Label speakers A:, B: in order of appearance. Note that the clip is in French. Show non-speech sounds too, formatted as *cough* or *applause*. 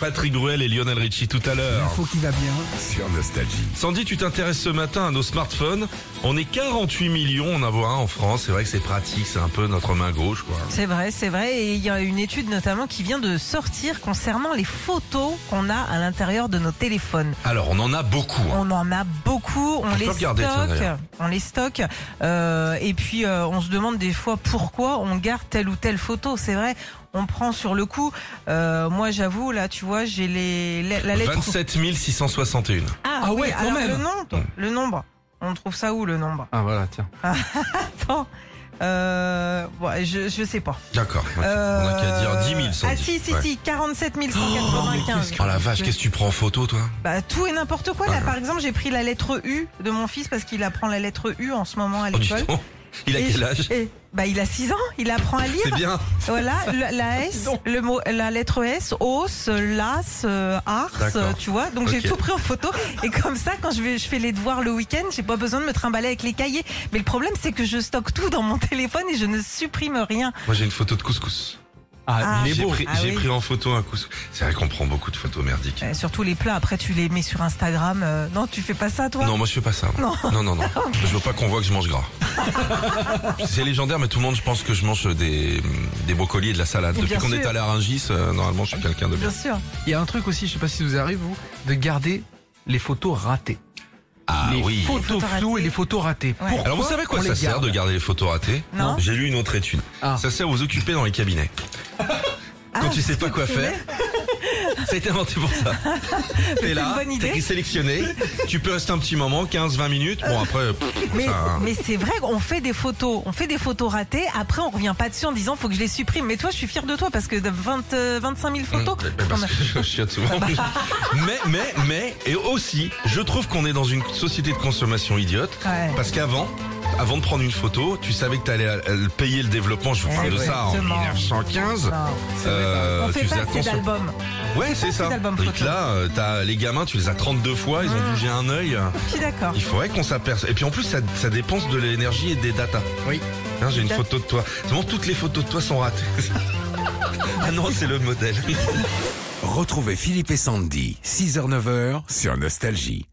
A: Patrick Bruel et Lionel Richie tout à l'heure.
B: Faut qu'il va bien.
C: sur Nostalgie.
A: Sandy, tu t'intéresses ce matin à nos smartphones. On est 48 millions, on en voit un en France. C'est vrai que c'est pratique, c'est un peu notre main gauche, quoi.
D: C'est vrai, c'est vrai. Et il y a une étude notamment qui vient de sortir concernant les photos qu'on a à l'intérieur de nos téléphones.
A: Alors, on en a beaucoup. hein.
D: On en a beaucoup, on
A: peut
D: les stocke,
A: regarder, tiens, d'ailleurs.
D: on les stocke, euh, et puis euh, on se demande des fois pourquoi on garde telle ou telle photo. C'est vrai, on prend sur le coup. Euh, moi, j'avoue, là, tu vois, j'ai les la, la lettre.
A: 27 661.
D: Ah,
B: Ah
D: oui,
B: ouais, quand
D: alors
B: même.
D: Le nombre, le nombre. On trouve ça où le nombre
E: Ah voilà, tiens.
D: Attends, euh, ouais, je je sais pas.
A: D'accord. ok. On a qu'à dire
D: Euh,
A: 10 000, Sandy.
D: Ah si, si,
A: Ouais.
D: si, 47 195.
A: Oh la vache, qu'est-ce Ah, que tu prends en photo, toi
D: Bah tout et n'importe quoi. Là, par exemple, j'ai pris la lettre U de mon fils parce qu'il apprend la lettre U en ce moment à
A: Oh, dis
D: l'école.
A: donc. Il a
D: Et-
A: quel âge
D: et- Bah il a 6 ans, il apprend à
A: C'est
D: lire.
A: bien. *laughs*
D: Voilà, la, la S, le mot, la lettre S, os, las, euh, ars,
A: D'accord.
D: euh, tu vois. Donc
A: Ok.
D: j'ai tout pris en photo et comme ça, quand je vais, je fais les devoirs le week-end, j'ai pas besoin de me trimballer avec les cahiers. Mais le problème, c'est que je stocke tout dans mon *laughs* téléphone et je ne supprime rien.
A: Moi, j'ai une photo de couscous.
E: Ah,
D: Ah.
E: il est
A: J'ai
E: beau.
A: pris,
D: Ah
A: j'ai
D: oui.
A: pris en photo un couscous. C'est vrai qu'on prend beaucoup de photos merdiques.
D: Euh, surtout les plats, après tu les mets sur Instagram. euh, non, tu fais pas ça, toi.
A: Non, moi je fais pas ça. moi. Non,
D: *laughs*
A: non, non. Je veux pas qu'on voit que je mange gras. C'est légendaire, mais tout le monde je pense que je mange des, des brocolis et de la salade.
D: Bien
A: Depuis qu'on
D: sûr. Ah,
A: est allé à Rungis, euh, normalement je suis quelqu'un de bien.
D: Bien sûr.
E: Il y a un truc aussi, je sais pas si ça vous arrive vous, de garder les photos ratées.
A: Ah
E: les
A: oui.
D: Les
E: photos
D: photos
E: floues et
D: ratées.
E: les photos ratées.
D: Ouais.
E: Pourquoi
A: Alors vous savez à quoi
E: on
A: ça
E: les
A: sert
E: garde
A: de garder les photos ratées
D: Non.
A: J'ai lu une autre étude.
E: Ah.
A: Ça sert à vous occuper dans les cabinets. Quand
D: Ah,
A: tu sais pas quoi
D: supprimer.
A: faire, ça a été inventé pour
D: *laughs*
A: ça. T'es là,
D: bonne idée.
A: t'es sélectionné, tu peux rester un petit moment, 15-20 minutes. Bon après, pff,
D: Mais,
A: ça, hein.
D: mais c'est vrai qu'on fait des photos, on fait des photos ratées, après on revient pas dessus en disant faut que je les supprime. Mais toi, je suis fière de toi parce que de 20, euh, 25 000 photos.
A: Mmh, bah, parce
D: on a-
A: que *laughs* je chiote
D: *laughs*
A: souvent. mais, mais, mais, et aussi, je trouve qu'on est dans une société de consommation idiote.
D: Ah Ouais.
A: Parce qu'avant, avant de prendre une photo, tu savais que t'allais euh, payer le développement. Je vous
D: Eh
A: parle de
D: ouais,
A: ça en
D: exactement.
A: 1915.
D: Non.
A: Euh,
D: on fait
A: tu
D: pas
A: faisais
D: assez
A: attention.
D: d'albums.
A: Ouais, c'est ça.
D: d'albums
A: Donc
D: photos. Ah.
A: là, euh, t'as les gamins, tu les as 32 fois, ils ont bougé un œil.
D: Je suis d'accord.
A: Il faudrait qu'on s'aperçoive. Et puis en plus, ça, ça dépense de l'énergie et des datas.
E: Oui.
A: Hein, J'ai une photo de toi. Seulement, toutes les photos de toi sont
D: *laughs*
A: ratées. ah non, c'est le modèle.
C: Retrouvez Philippe et Sandy, 6h-9h sur Nostalgie.